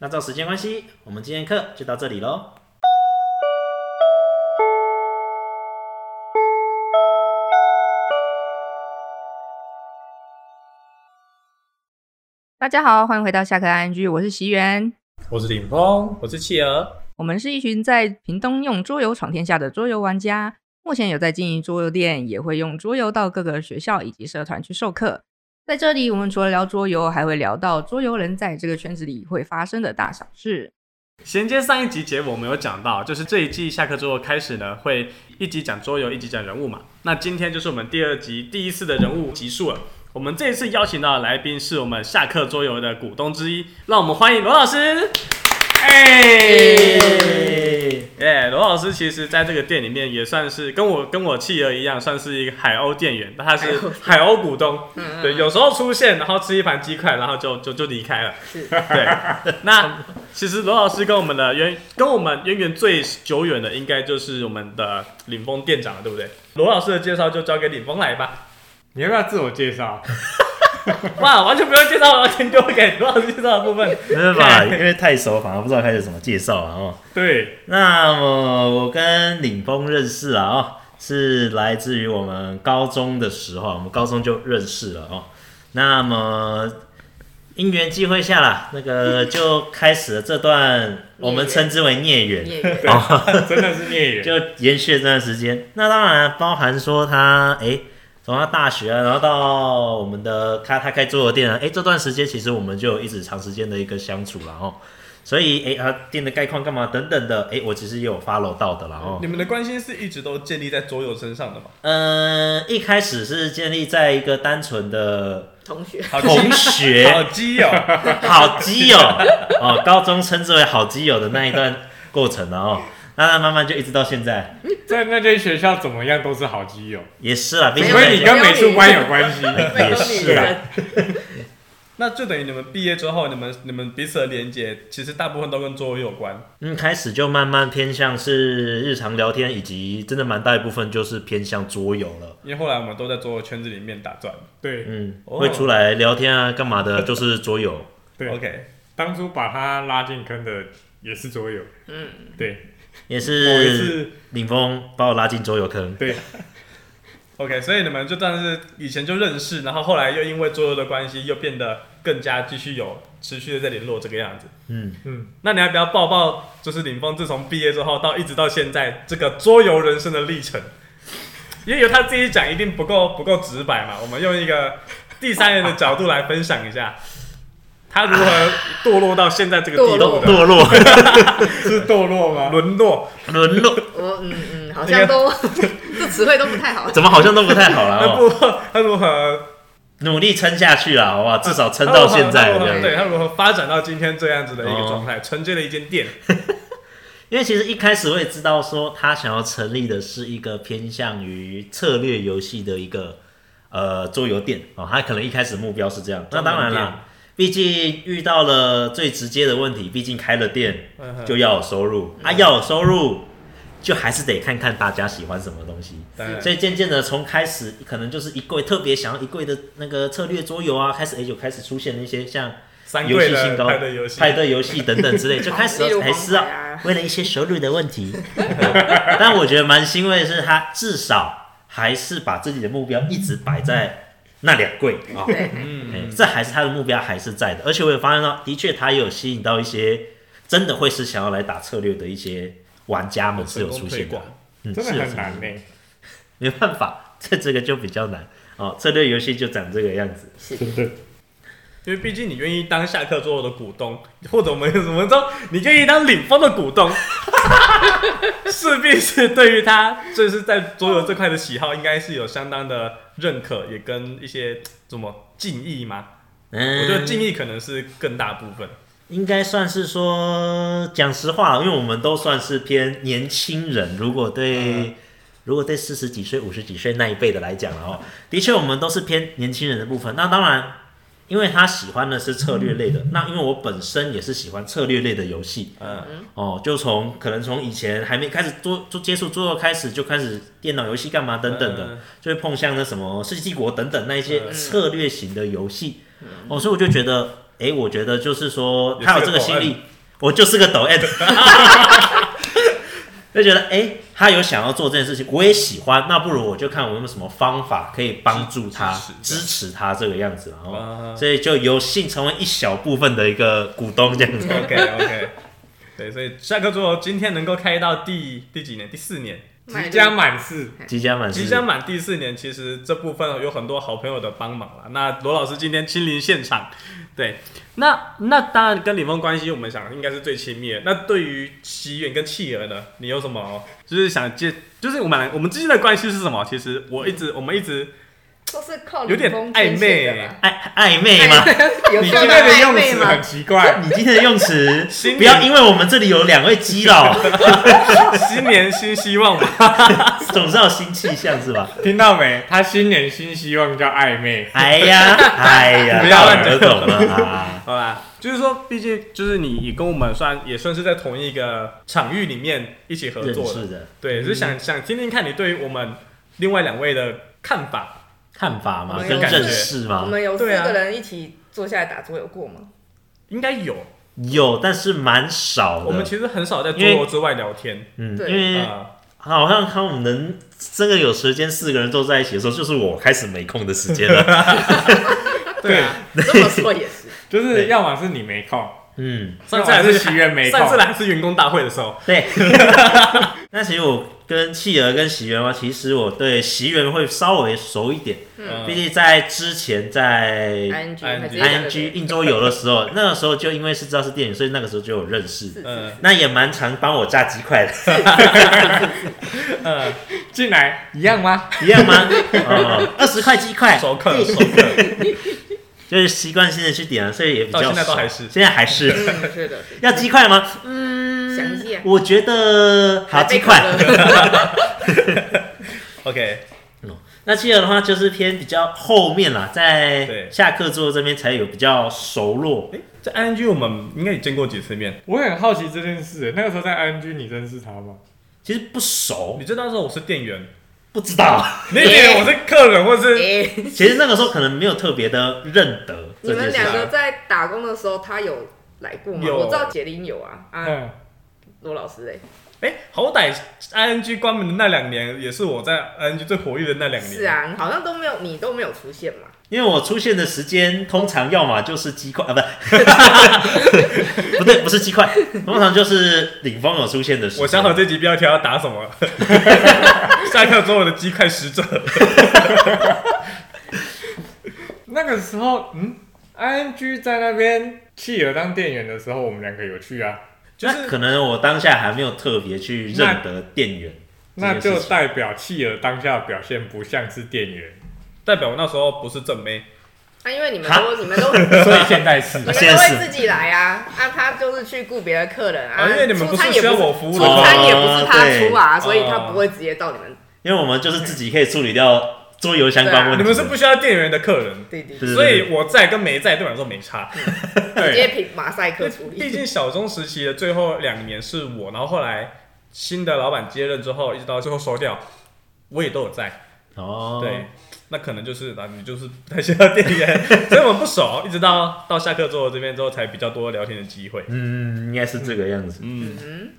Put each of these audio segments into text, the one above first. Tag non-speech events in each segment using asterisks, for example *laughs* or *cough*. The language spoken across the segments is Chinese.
那照时间关系，我们今天课就到这里喽。大家好，欢迎回到下课 ING，我是席源。我是顶峰，我是企鹅。我们是一群在屏东用桌游闯天下的桌游玩家，目前有在经营桌游店，也会用桌游到各个学校以及社团去授课。在这里，我们除了聊桌游，还会聊到桌游人在这个圈子里会发生的大小事。衔接上一集节目，我们有讲到，就是这一季下课之后开始呢，会一集讲桌游，一集讲人物嘛。那今天就是我们第二集第一次的人物集数了。我们这一次邀请到的来宾是我们下课桌游的股东之一，让我们欢迎罗老师。哎，耶！罗老师其实在这个店里面也算是跟我跟我企鹅一样，算是一个海鸥店员，但嗯他是海鸥股东。 *laughs* 对，有时候出现，然后吃一盘鸡块，然后就就就离开了。 *laughs* 对，那其实罗老师跟我们的渊跟我们渊源最久远的，应该就是我们的领峰店长了，对不对？罗老师的介绍就交给领峰来吧。你要不要自我介绍？ *laughs* 哇，完全不用介绍，完全丢给罗老师介绍的部分。没办法， *laughs* 因为太熟，反而不知道开始怎么介绍了哦。 *laughs* 对，那么我跟领峰认识了哦，是来自于我们高中的时候，我们高中就认识了哦。那么因缘际会下啦，那个就开始了这段我们称之为孽缘，孽缘真的是孽缘。就延续了这段时间。那当然包含说他诶，从他大学啊，然后到我们的开他开桌游店啊，诶，这段时间其实我们就有一直长时间的一个相处了哦。所以诶，他店的概况干嘛等等的，诶，我其实也有 follow 到的啦哦你。们的关心是一直都建立在桌游身上的嘛？嗯，一开始是建立在一个单纯 *laughs* 的同学，好同好学、哦基友， *laughs* 好基友哦，高中称之为好基友的那一段过程了哦。那慢慢就一直到现在，在那间学校怎么样都是好基友，也是啦，毕竟除非你跟美术班有关系。也啊是啦。那就等于你们毕业之后，你们你们彼此的连接，其实大部分都跟桌游有关。嗯，开始就慢慢偏向是日常聊天，以及真的蛮大一部分就是偏向桌游了。因为后来我们都在桌游圈子里面打转。对嗯，哦会出来聊天啊，干嘛的，就是桌游。对， OK，当初把他拉进坑的也是桌友。嗯，对，也哦某一是次，林峰把我拉进桌游坑，对 OK，所以你们就算是以前就认识，然后后来又因为桌游的关系，又变得更加继续有持续的在联络这个样子。嗯，那你要不要报报，就是林峰自从毕业之后到一直到现在这个桌游人生的历程？因为由他自己讲一定不够不够直白嘛，我们用一个第三人的角度来分享一下，他如何堕落到现在这个地堕 *laughs* 落步的堕落是堕落吗？沦落。沦落，我嗯嗯，好像都这词汇都不太好。怎么好像都不太好了那哦，不他如何努力撑下去啦，好不好？至少撑到现在了这他如样哦何子。对他如何发展到今天这样子的一个状态，承接了一间店。因为其实一开始我也知道说，他想要成立的是一个偏向于策略游戏的一个呃桌游店哦，他可能一开始目标是这样。那当然专门啦，毕竟遇到了最直接的问题，毕竟开了店嗯哼嗯就要有收入、啊，要有收入就还是得看看大家喜欢什么东西。当然所以渐渐的，从开始可能就是一柜特别想要一柜的那个策略桌游啊，开始哎就开始出现了一些像三游贵戏性的高、派对游戏，派对游戏等等之类，就开始例如还是要黄牌啊为了一些收入的问题。但我觉得蛮欣慰的是，他至少还是把自己的目标一直摆在那两柜啊、对，嗯哎这还是他的目标还是在的。而且我也发现到，的确他也有吸引到一些真的会是想要来打策略的一些玩家们是有出现的，嗯，真的是有出现很难欸啊呢。没办法， *laughs* 这这个就比较难哦。策略游戏就长这个样子。真的，因为毕竟你愿意当下课桌游的股东， *laughs* 或者我们我们说你愿意当领风的股东， *laughs* 势必是对于他就是在桌游这块的喜好，应该是有相当的认可，也跟一些怎么敬意嘛。嗯，我觉得敬意可能是更大部分。应该算是说，讲实话，因为我们都算是偏年轻人。如果对，如果对四十几岁、五十几岁那一辈的来讲了哦，的确我们都是偏年轻人的部分。那当然，因为他喜欢的是策略类的，那因为我本身也是喜欢策略类的游戏嗯，哦，就从可能从以前还没开始做做接触做开始，就开始电脑游戏干嘛等等的，嗯就会碰像那什么《世纪帝国》等等那一些嗯策略型的游戏。哦，所以我就觉得哎，我觉得就是说也是他有个这个抖心 M 力，我就是个抖 M，就觉得哎、诶他有想要做这件事情，我也喜欢，那不如我就看我有没有什么方法可以帮助他支支持他这个样子，然后啊所以就有幸成为一小部分的一个股东这样子。 ，OK OK，对，所以下课桌游今天能够开到第第几年？第四年，即将满四， *laughs* 即将满是即将满第四年，其实这部分有很多好朋友的帮忙了。那罗老师今天亲临现场，对，那那当然跟李梦关系，我们想应该是最亲密的。那对于奇缘跟契儿呢，你有什么就是想借，就是我们俩我们之间的关系是什么？其实我一直我们一直都是靠有点暧昧，暧暧昧吗？ *laughs* 有你叫今做天的暧用昧词吗很？奇怪，你今天的用词心，里不要因为我们这里有两位基 *laughs* 佬，新年新希望嘛，总是要有新气象是吧？ *laughs* 听到没？他新年新希望叫暧昧，哎呀，哎呀， *laughs* 不要乱就懂 *laughs* 了啊！好吧？就是说，毕竟就是你也跟我们算也算是在同一个场域里面一起合认作的识，的对，就是想想听听看你对于我们另外两位的看法。看法嘛，我们跟有认四识我嘛，们有四对啊个人一起坐下来打桌游过吗？应该有，有，但是蛮少我的。们其实很少在桌游之外聊天嗯，对因为啊、好像看我们能真的有时间四个人坐在一起的时候，就是我开始没空的时间 *laughs* 了。对啊，这么说也 *laughs* 是，就是要么是你没空，嗯，上次还是要么是奇缘没空上次来是员工大会的时候，对。 *laughs* 那其实我跟企鹅跟席源嘛，其实我对席源会稍微熟一点，嗯毕竟在之前在 ING 还 ING 直接讲 ING 硬桌游的时 *laughs* 候，那个时候就因为是知道是电影，所以那个时候就有认识。是 *laughs* 嗯那也蛮常帮我炸鸡块的， *laughs* 呃，进来一样吗？一 *laughs* 样吗？哦，二十块鸡块，熟客熟客，就是习惯性的去点了，所以也比较到现在熟都还是现在还是嗯，是的， *laughs* 要鸡块吗？想一下，我觉得好鸡块。 *laughs* ，OK， *laughs* 那企鹅的话就是偏比较后面啦，在对下课之后这边才有比较熟络。哎，这 ING 我们应该也见过几次面，我很好奇这件事，那个时候在 ING 你认识他吗？其实不熟你，知道那时候我是店员，不知 *laughs* 道。你以为我是客人或是？哎，其实那个时候可能没有特别的认得你这件事们两情。个在打工的时候，他有来过吗？有我知道杰林有啊，啊，嗯，罗老师嘞，哎，好歹 ING 关门的那两年，也是我在 ING 最活跃的那两年，是，啊，你好像都没有，你都没有出现嘛。因为我出现的时间通常要么就是鸡块啊，不， *laughs* 不对，不是鸡块，通常就是领风有出现的时间。我想好这集标题要打什么 *laughs* 了，下课之后我的鸡块使者，那个时候，嗯，ING 在那边企鹅当店员的时候，我们两个有去啊，就那是可能我当下还没有特别去认得店员这那件事就情，代表企鹅当下表现不像是店员，代表我那时候不是正妹，啊，因为你们哈都你们都你 *laughs* 们所以现在是都现在是会自己来啊，啊，他就是去雇别的客人啊，啊，因为你们出不餐是也需要不是我服务出的吗哦哦餐也不是他出啊，对所以他不会直接到你们因为我们就是自己可以处理掉桌游相关问题。啊你们是不需要店员的客人，对对对所以我在跟没在对我来说没差。直对接凭马赛克处哎毕理。竟小中时期的最后两年是我，然后后来新的老板接任之后，一直到最后收掉，我也都有在。哦，对，，那可能就是啊，你就是不太需要店员，所 *laughs* 以我们不熟，一直到到下课之后这边之后才比较多聊天的机会。嗯，应该是这个样子。嗯，嗯，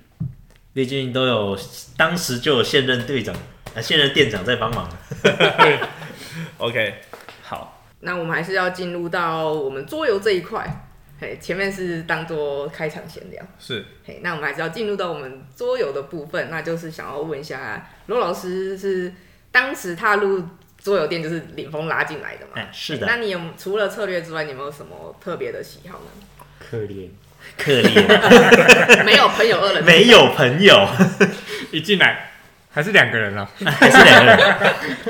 毕竟都有，当时就有现任队长、啊、现任店长在帮忙。 *laughs* OK，好，那我们还是要进入到我们桌游这一块。嘿，前面是当做开场闲聊。是嘿，那我们还是要进入到我们桌游的部分，那就是想要问一下罗老师是当时踏入桌游店就是领风拉进来的嘛？哎，是的，那你有除了策略之外，你有没有什么特别的喜好呢？可怜，可怜，没有朋友二人组没，有朋友，一进来还是两个人啊， *laughs* 还是两个人。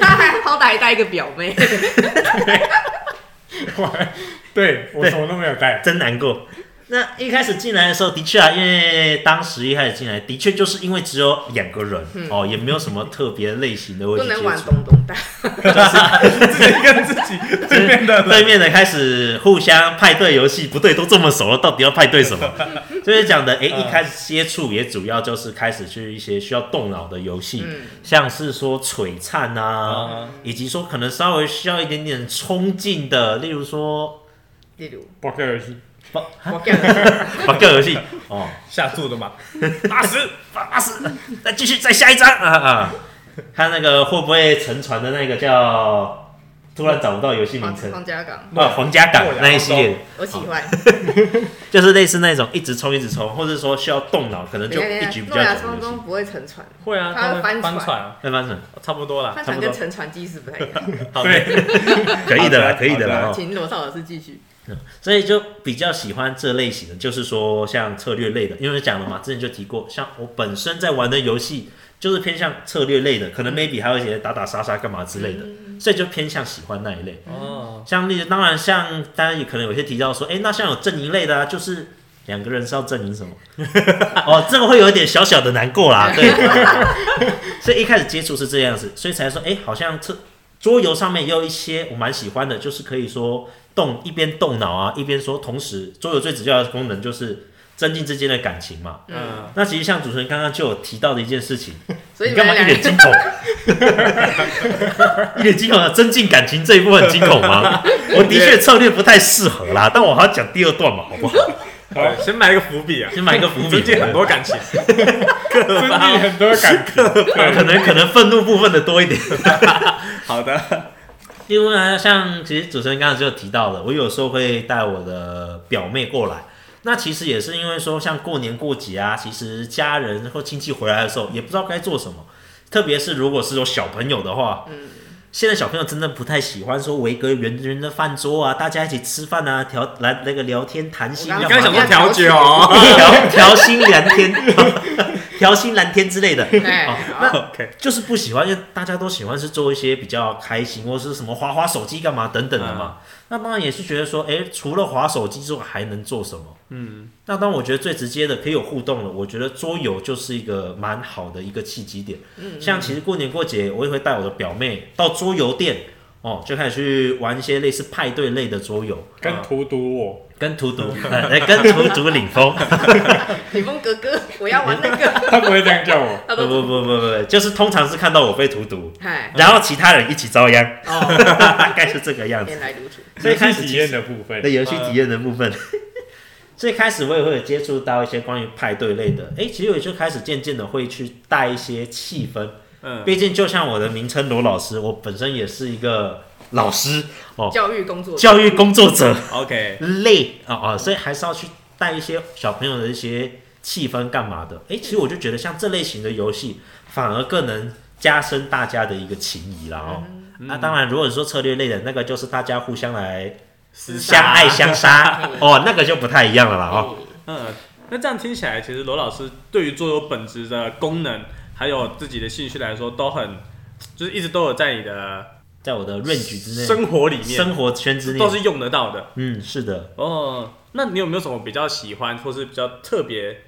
他还好歹带一个表妹，对我什么都没有带，真难过。那一开始进来的时候，的确啊，因为当时一开始进来，的确就是因为只有两个人、哦，也没有什么特别类型的会嗯不去接能玩触。东东大，自己跟自己对面的 *laughs* 人对面的开始互相派对游戏，不对，都这么熟了，到底要派对什 *laughs* 么？就是讲的，哎、嗯一开始接触也主要就是开始去一些需要动脑的游戏，嗯像是说璀璨啊，啊，以及说可能稍微需要一点点冲劲的，例如说例如，博客游戏，啊我干了，把各游戏哦，下注的 *laughs* 嘛，八十，八十，那继续再下一张啊啊！他那个会不会沉船的那个叫，突然找不到游戏名黄称哦黄家港，啊，皇家港诺亚那一系列，我喜欢。就是类似那种一直冲一直冲，或者说需要动脑，可能等就一下一等一局下比诺较亚久的方游戏。舟不会沉船，会啊，他们会翻翻船啊，那翻成差不多啦，帆差船不多跟沉船机是不太一样。好的，对，可以的啦，可以的好啦的哦。请罗少老师继续。所以就比较喜欢这类型的，就是说像策略类的，因为讲了嘛，之前就提过，像我本身在玩的游戏就是偏向策略类的，可能 maybe 还有一些打打杀杀干嘛之类的，所以就偏向喜欢那一类。哦，像例如，当然像当然也可能有些提到说，哎、那像有阵营类的啊，就是两个人是要阵营什么？哦，这个会有一点小小的难过啦，对。 *laughs* 所以一开始接触是这样子，所以才说，哎、好像这桌游上面也有一些我蛮喜欢的，就是可以说动一边动脑啊，一边说，同时桌游最主要的功能就是增进之间的感情嘛。嗯，嗯，那其实像主持人刚刚就有提到的一件事情，所以你你干们嘛两一脸个人惊 *laughs* 恐？一脸惊恐的增进感情这一部分惊恐吗？我的确策略不太适合啦，但我还要讲第二段嘛，好不好？好，先埋一个伏笔啊，先埋一个伏笔增进很多感情，增进很多 *laughs* 感情。可能可能愤怒部分的多一点。好的，另外，像其实主持人刚才就有提到了，我有时候会带我的表妹过来。那其实也是因为说，像过年过节啊，其实家人或亲戚回来的时候，也不知道该做什么。特别是如果是有小朋友的话，嗯，现在小朋友真的不太喜欢说围个圆圆的饭桌啊，大家一起吃饭啊，调来那个聊天谈心，我你干刚才嘛想说的调酒，调 *laughs* 哦调心蓝天， *laughs* 调心蓝天之类的。哎，好，OK，就是不喜欢，因为大家都喜欢是做一些比较开心，或是什么滑滑手机干嘛等等的嘛。那当然也是觉得说，哎、除了滑手机之外还能做什么？嗯，那当然我觉得最直接的可以有互动了，我觉得桌游就是一个蛮好的一个契机点。像其实过年过节，我也会带我的表妹到桌游店哦，就开始去玩一些类似派对类的桌游，跟荼毒我，跟荼毒， *laughs* 哎，跟荼毒领风。李峰哥哥，我要玩那个。他不会这样叫我。他不都不不不不，就是通常是看到我被荼毒， *laughs* 嗨，然后其他人一起遭殃，哦， *laughs* 大概是这个 *laughs* 样子原。来如此。 *laughs* 所以开始体其验实的部分的，游戏体验的部分。最嗯开始我也会有接触到一些关于派对类的，诶，其实我就开始渐渐的会去带一些气氛，嗯， *laughs* 毕竟就像我的名称罗老师，我本身也是一个老师哦，教育工作者，教育工作者 OK，类哦哦，所以还是要去带一些小朋友的一些气氛干嘛的。嗯诶，其实我就觉得像这类型的游戏，反而更能加深大家的一个情谊啦哦。嗯那、当然，如果说策略类的那个，就是大家互相来相爱相杀哦，那个就不太一样了啦哦。嗯，那这样听起来，其实罗老师对于桌游本质的功能，还有自己的兴趣来说，都很，就是一直都有在你的在我的 range 之内，生活里面，生活圈之内都是用得到的。嗯，是的，哦，那你有没有什么比较喜欢，或是比较特别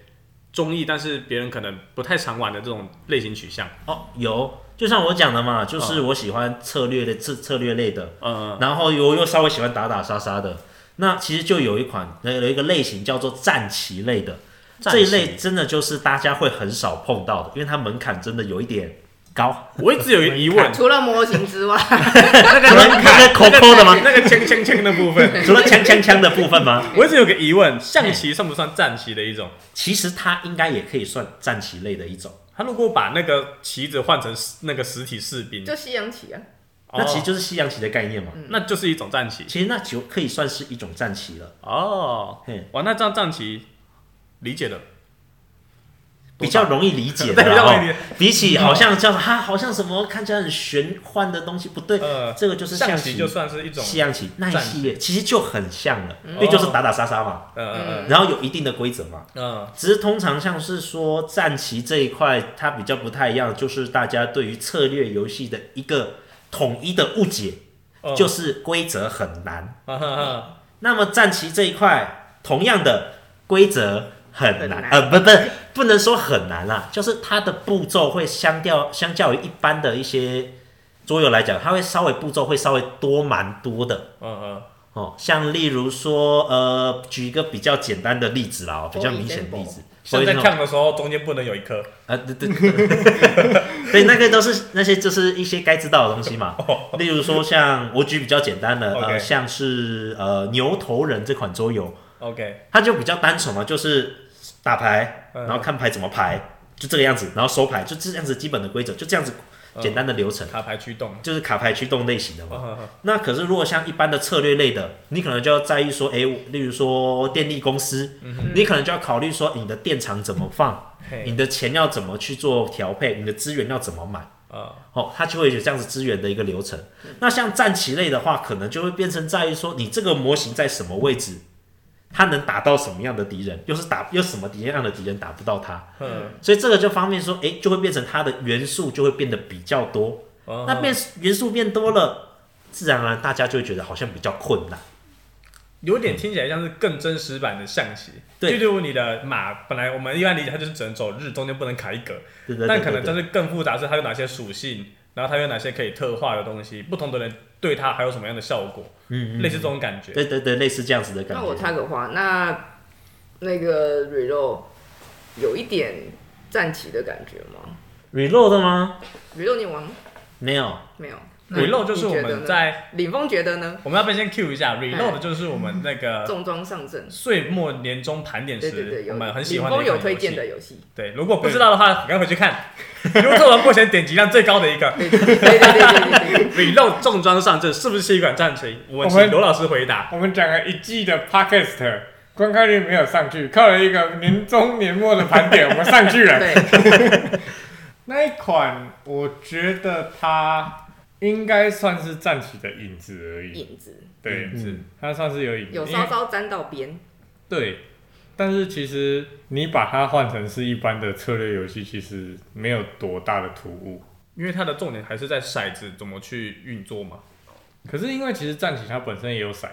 中意，但是别人可能不太常玩的这种类型取向？哦，有，就像我讲的嘛，就是哦我喜欢策略的策策略类的，嗯，然后我又稍微喜欢打打杀杀的。那其实就有一款，那有一个类型叫做战棋类的，战棋这一类真的就是大家会很少碰到的，因为它门槛真的有一点高。我一直有一个疑 *laughs* 问，除了模型之 *laughs* 外，那个除了那个抠抠的吗？那个枪枪枪的部分，除了枪枪枪的部分吗？我一直有个疑问，象棋算不算战棋的一种？其实它应该也可以算战棋类的一种。他如果把那个棋子换成那个实体士兵，就西洋棋啊，那其实就就是西洋棋的概念嘛。那就是一种战棋其实那就可以算是一种战棋了，哦嘿。哇，那这样战棋理解了，比较容易理解 *laughs* 对的比较容易哦理解。比起好像叫哈，好像什么看起来很玄幻的东西，不对，呃这个就是象棋，就算是一种，西洋棋那一战系列其实就很像了，因为就是打打杀杀嘛，哦嗯呃然后有一定的规则嘛。嗯呃只是通常像是说战棋这一块，它比较不太一样，就是大家对于策略游戏的一个统一的误解，嗯就是规则很难。嗯，那么战棋这一块，同样的规则很难，很难呃，不不，不能说很难啦，就是它的步骤会相较相较于一般的一些桌游来讲，它会稍微步骤会稍微多蛮多的嗯嗯，哦，像例如说，呃，举一个比较简单的例子啦，哦比较明显的例子，像在那种看的时候，中间不能有一颗。啊，对对对，对， *laughs* 那个都是那些就是一些该知道的东西 *laughs* 嘛。例如说像，我举比较简单的，哦 OK 呃，像是呃牛头人这款桌游， OK，它就比较单纯嘛，就是打牌，嗯然后看牌怎么排，就这个样子，然后收牌，就这样子基本的规则，就这样子简单的流程，卡牌驱动。就是卡牌驱动类型的嘛。嗯嗯那可是如果像一般的策略类的，你可能就要在意说，诶，例如说电力公司，你可能就要考虑说你的电厂怎么放，嘿你的钱要怎么去做调配，你的资源要怎么买。啊哦，它就会有这样子资源的一个流程。那像战棋类的话，可能就会变成在于说，你这个模型在什么位置，它能打到什么样的敌人，又是打又什么敌人样的敌人打不到它，嗯所以这个就方面说，诶，就会变成它的元素就会变得比较多。嗯那变元素变多了，自然而然大家就会觉得好像比较困难。有点听起来像是更真实版的象棋。对就例如你的马，本来我们一般理解它就是只能走日，中间不能卡一格。对对对但可能对真对是更复杂，是它有哪些属性，然后它有哪些可以特化的东西，不同的人对它还有什么样的效果，嗯嗯类似这种感觉。对对对，类似这样子的感觉。那我插个话，那那个 reload 有一点战旗的感觉吗 reload 吗？ ？reload 你玩吗没有，没有那你 reload 就是你我觉得们呢在领风觉得呢？我们要被先 Q 一下，reload 哎就是我们那个重装上阵，岁末年终盘点嗯对对对，时有我们很喜领欢的风一款有推游戏荐的。游戏，对，如果不知道的话，赶快回 *laughs* 去看。如我们目前点击量最高的一个对对对对对对对 reload 重装上阵，是不是一款战棋？我们我请们刘老师回答。我们讲了一季的 podcast，观看率没有上去，靠了一个年终年末的盘点，我们上 *laughs* 去了。对，那一款，我觉得它应该算是战旗的影子而已。影子对，嗯，它算是有影子，有因为稍稍沾到边，对。但是其实你把它换成是一般的策略游戏，其实没有多大的突兀。因为它的重点还是在骰子怎么去运作嘛。可是因为其实战旗它本身也有骰子，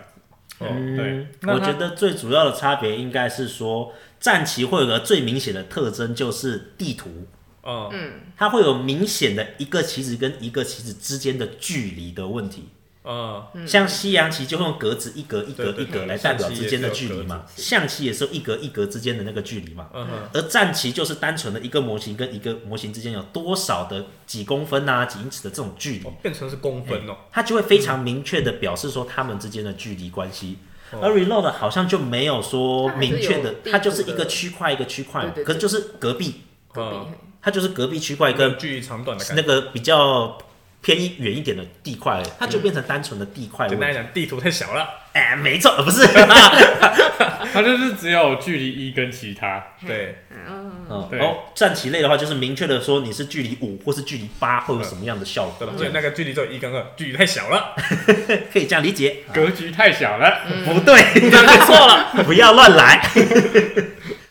哦，对嗯，那我它觉得最主要的差别应该是说，战旗会有个最明显的特征就是地图，嗯，嗯，它会有明显的一个棋子跟一个棋子之间的距离的问题。嗯，嗯像西洋棋就会用格子一格一格对对一格对来代表之间的距离嘛，象棋也是一格一格之间的那个距离嘛。嗯哼而战棋就是单纯的一个模型跟一个模型之间有多少的几公分啊、几英尺的这种距离，哦变成是公分哦。它就会非常明确的表示说它们之间的距离关系。嗯而 reload 好像就没有说明确的，它它还就是有地图的是一个区块一个区块嘛，对对对可是就是隔壁，隔壁嗯嘿它就是隔壁区块跟跟距离长短的感那觉。个比较偏一远一点的地块而已，它嗯就变成单纯的地块问简单来题。讲，地图太小了。哎，没错，呃 *laughs* 不是。它就是只有距离一跟其他，对，嗯，嗯，对然后战棋类的话，就是明确的说你是距离五或是距离八会有什么样的效果对嗯吧？，所以那个距离只有一跟二，距离太小了。可以这样理解？格局太小了。 *laughs* 不对，没错了。不要乱来。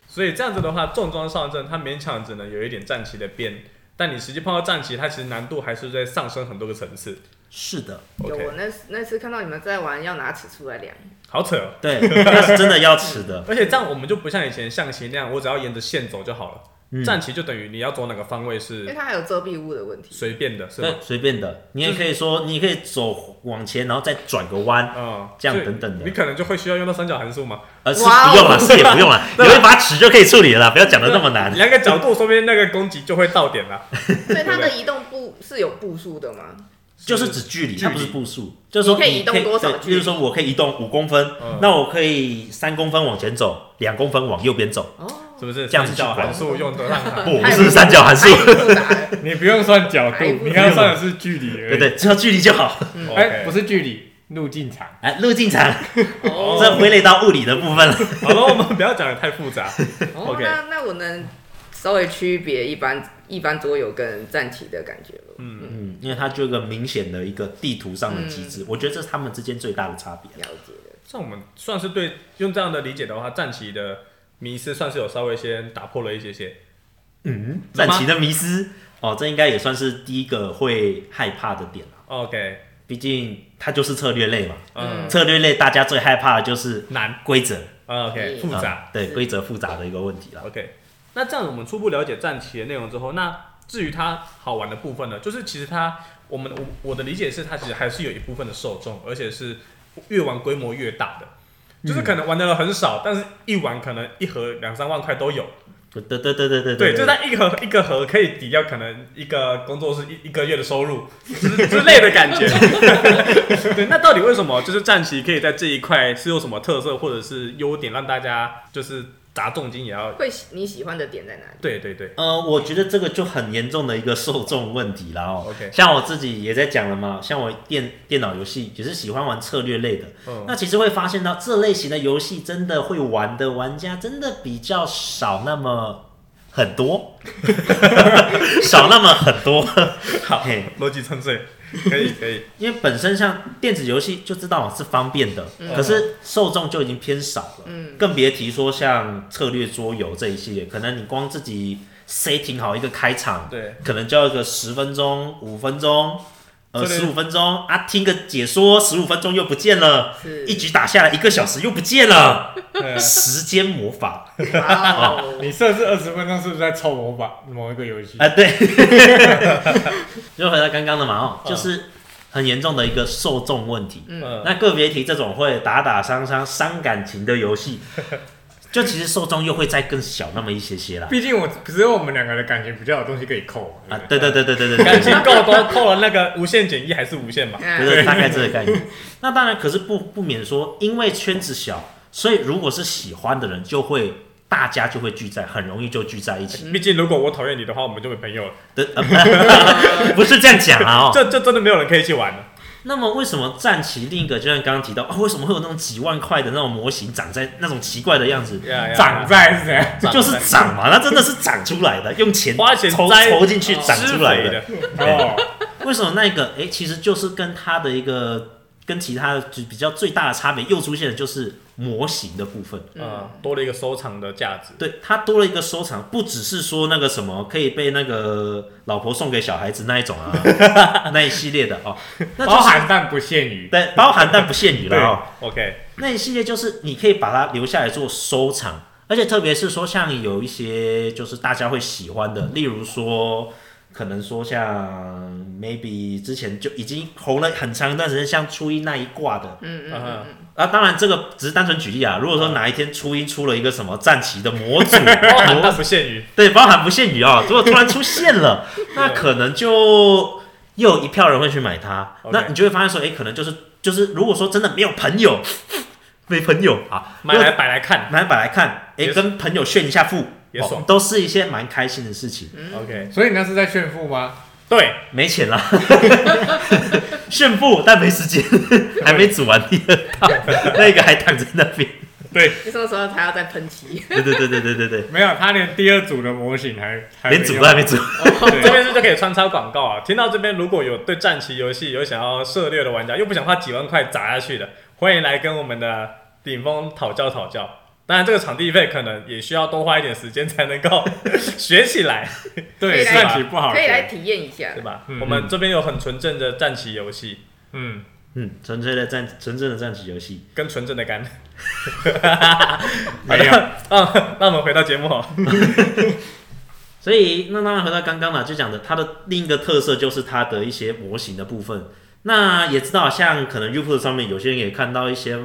所以这样子的话，重装上阵，它勉强只能有一点战棋的边，但你实际碰到战棋，它其实难度还是在上升很多个层次。是的，有我 OK，那那次看到你们在玩，要拿尺出来量，好扯哦。对，那是真的要吃的。而且这样我们就不像以前象棋那样，我只要沿着线走就好了。嗯战棋就等于你要走哪个方位因为是它还有遮蔽物的问题，随便的，是吗对，？随便的，你也可以说，你可以走往前，然后再转个弯，嗯，这样所以等等的你可能就会需要用到三角函数嘛。呃，是哇哦不用了，是也不用了，有一把尺就可以处理了啦，不要讲的那么难。两个角度，说不定那个攻击就会到点了。所以它的移动步是有步数的吗？就是指距离，距离它不是步数，就是说你可以移动对多少距比离如说我可以移动五公分，那我可以三公分往前走，两公分往右边走，是不是？这样三子角函数用得上啊它。不是三角函数太，复杂了，你不用算角度，你要算的是距离对而已。对，只要距离就好。OK 哎、不是距离，路径长。哎，路径长，哦这回累到物理的部分了。好了，我们不要讲的太复杂。哦 OK 那那我能稍微区别一般一般桌游跟战棋的感觉了。嗯，因为它就有一个明显的一个地图上的机制，我觉得这是他们之间最大的差别。了解的，像我们算是对用这样的理解的话，战棋的迷失算是有稍微先打破了一些些。嗯，怎么战棋的迷失，哦，这应该也算是第一个会害怕的点了。 OK，毕竟它就是策略类嘛，嗯，策略类大家最害怕的就是难规则啊 OK，嗯复杂。啊对规则复杂的一个问题啦。 OK，那这样我们初步了解战棋的内容之后，那至于它好玩的部分呢，就是其实它我们我我的理解是，它其实还是有一部分的受众，而且是越玩规模越大的，就是可能玩的人很少，但是一玩可能一盒两三万块都有。对对对对对对，就在一个一个盒可以抵掉可能一个工作室一一个月的收入之之类的感觉。 *laughs* 对，那到底为什么就是战旗可以在这一块是有什么特色或者是优点，让大家就是砸重金也要？会喜你喜欢的点在哪里？对对对，呃，我觉得这个就很严重的一个受众问题啦哦。 OK 像我自己也在讲了嘛，像我电电脑游戏也是喜欢玩策略类的，嗯那其实会发现到这类型的游戏真的会玩的玩家真的比较少那么很 *laughs* 多， *laughs* 少那么很多。好嘿，逻辑正确， *laughs* 可以可以。因为本身像电子游戏就知道是方便的，嗯可是受众就已经偏少了，更别提说像策略桌游这一系列，可能你光自己 setting 好一个开场，对，可能就要一个十分钟、五分钟。呃，策略十五分钟啊，听个解说，十五分钟又不见了，是一局打下来一个小时又不见了，嗯时间魔法哇哦 *laughs* 啊你设置二十分钟是不是在凑某把某一个游戏啊、？对， *laughs* 就回到刚刚的嘛哦，就是很严重的一个受众问题，嗯，那个别提这种会打打伤伤伤感情的游戏，就其实受众又会再更小那么一些 *laughs* 些啦。毕竟我只有我们两个的感情比较有东西可以扣嘛啊，对对对对对对对，感情够多，扣了那个无限减一还是无限嘛？啊对对，大概这个概念。那当然，可是不不免说，因为圈子小，所以如果是喜欢的人，就会大家就会聚在，很容易就聚在一 *laughs* 起。毕竟如果我讨厌你的话，我们就没朋友了，对，呃 *laughs* 不是这样讲啊哦。这这真的没有人可以一起玩了。那么为什么战旗另一个，就像刚刚提到啊、为什么会有那种几万块的那种模型长在那种奇怪的样子？呀呀长在是怎 *laughs* 样？长就是长嘛，那真的是长出来的，用钱花钱投栽投进去长施出来肥的的。，对哦，为什么那个诶，其实就是跟它的一个跟其他的就比较最大的差别又出现的就是模型的部分。嗯，多了一个收藏的价值。对，它多了一个收藏，不只是说那个什么可以被那个老婆送给小孩子那一种啊， *laughs* 那一系列的哦，那就是包含但不限于。对包含但不限于了哦。 OK，那一系列就是你可以把它留下来做收藏，而且特别是说像有一些就是大家会喜欢的，例如说可能说像 maybe 之前就已经红了很长一段时间，像初一那一挂的嗯嗯嗯嗯，啊，当然这个只是单纯举例啊。如哦果说哪一天初一出了一个什么战旗的模 *laughs* 组，包含但不限于。对，包含不限于啊、如果突然出现了，那可能就又有一票人会去买它。 OK 那你就会发现说，哎、可能就是就是，如果说真的没有朋友， *laughs* 没朋友啊，买来摆来看买买来看，哎、也是跟朋友炫一下富，也爽哦都是一些蛮开心的事情。嗯，OK，所以你那是在炫富吗？对，没钱啦， *laughs* 炫富但没时间，还没煮完第二套，那个还躺在那边。你什么时候才要再喷 *laughs* 漆？对对对对对对对，没有，他连第二组的模型还还连没煮用都还没煮。这边是就可以穿插广告啊。听到这边，如果有对战棋游戏有想要涉猎的玩家，又不想花几万块砸下去的，欢迎来跟我们的顶峰讨教讨教。当然，这个场地费可能也需要多花一点时间才能够 *laughs* 学起来， *laughs* 对，可以来算起不好学 *laughs* 可以来体验一下对。吧？嗯我们这边有很纯正的战棋游戏，嗯，嗯，纯粹的战，纯正的战棋游戏。跟纯正的肝。 *laughs* 没有。嗯，那我们回到节目哦。所以，那当然回到刚刚了，就讲的它的另一个特色就是它的一些模型的部分。那也知道，像可能 y o u t u b 上面有些人也看到一些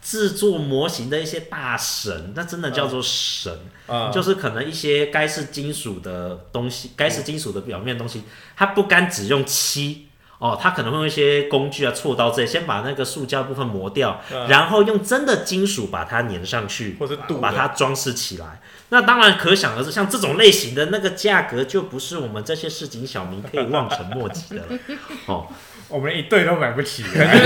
制作模型的一些大神，那真的叫做神，嗯，就是可能一些该是金属的东哦西，该是金属的表面的东西，它不干只用漆。哦，它可能会用一些工具啊、锉刀之类，先把那个塑胶部分磨掉，嗯然后用真的金属把它粘上去，或是赌把它装饰起来。那当然可想而知，像这种类型的那个价格，就不是我们这些市井小民可以望尘莫及的了。哦，我们一对都买不起， *laughs* 感觉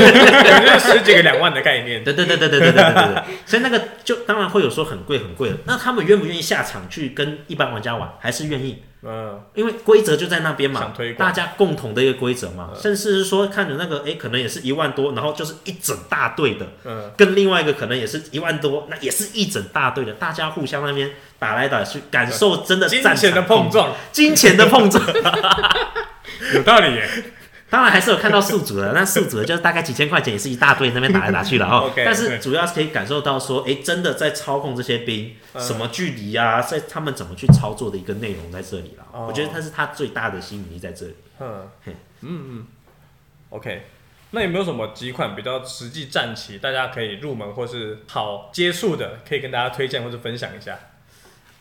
*laughs* 是十几个两万的概念。对对对对对对对对对对， *laughs* 所以那个就当然会有说很贵很贵的。那他们愿不愿意下场去跟一般玩家玩，还是愿意？嗯，因为规则就在那边嘛想推，广嗯大家共同的一个规则嘛，甚至是说看着那个，哎、可能也是一万多，然后就是一整大队的，嗯，跟另外一个可能也是一万多，那也是一整大队的，大家互相那边打来打去，感受真的金战钱的场碰撞， *laughs* 金钱的碰撞。有道理耶。当然还是有看到宿主的，那宿主的就是大概几千块钱，也是一大堆那边打来打去了哦。 *laughs* OK，但是主要是可以感受到说，诶，真的在操控这些兵，嗯什么距离啊，在他们怎么去操作的一个内容在这里了。哦我觉得它是它最大的吸引力在这里。嗯嗯嗯嗯，OK。那有没有什么几款比较实际战棋，大家可以入门或是好接触的，可以跟大家推荐或者分享一下？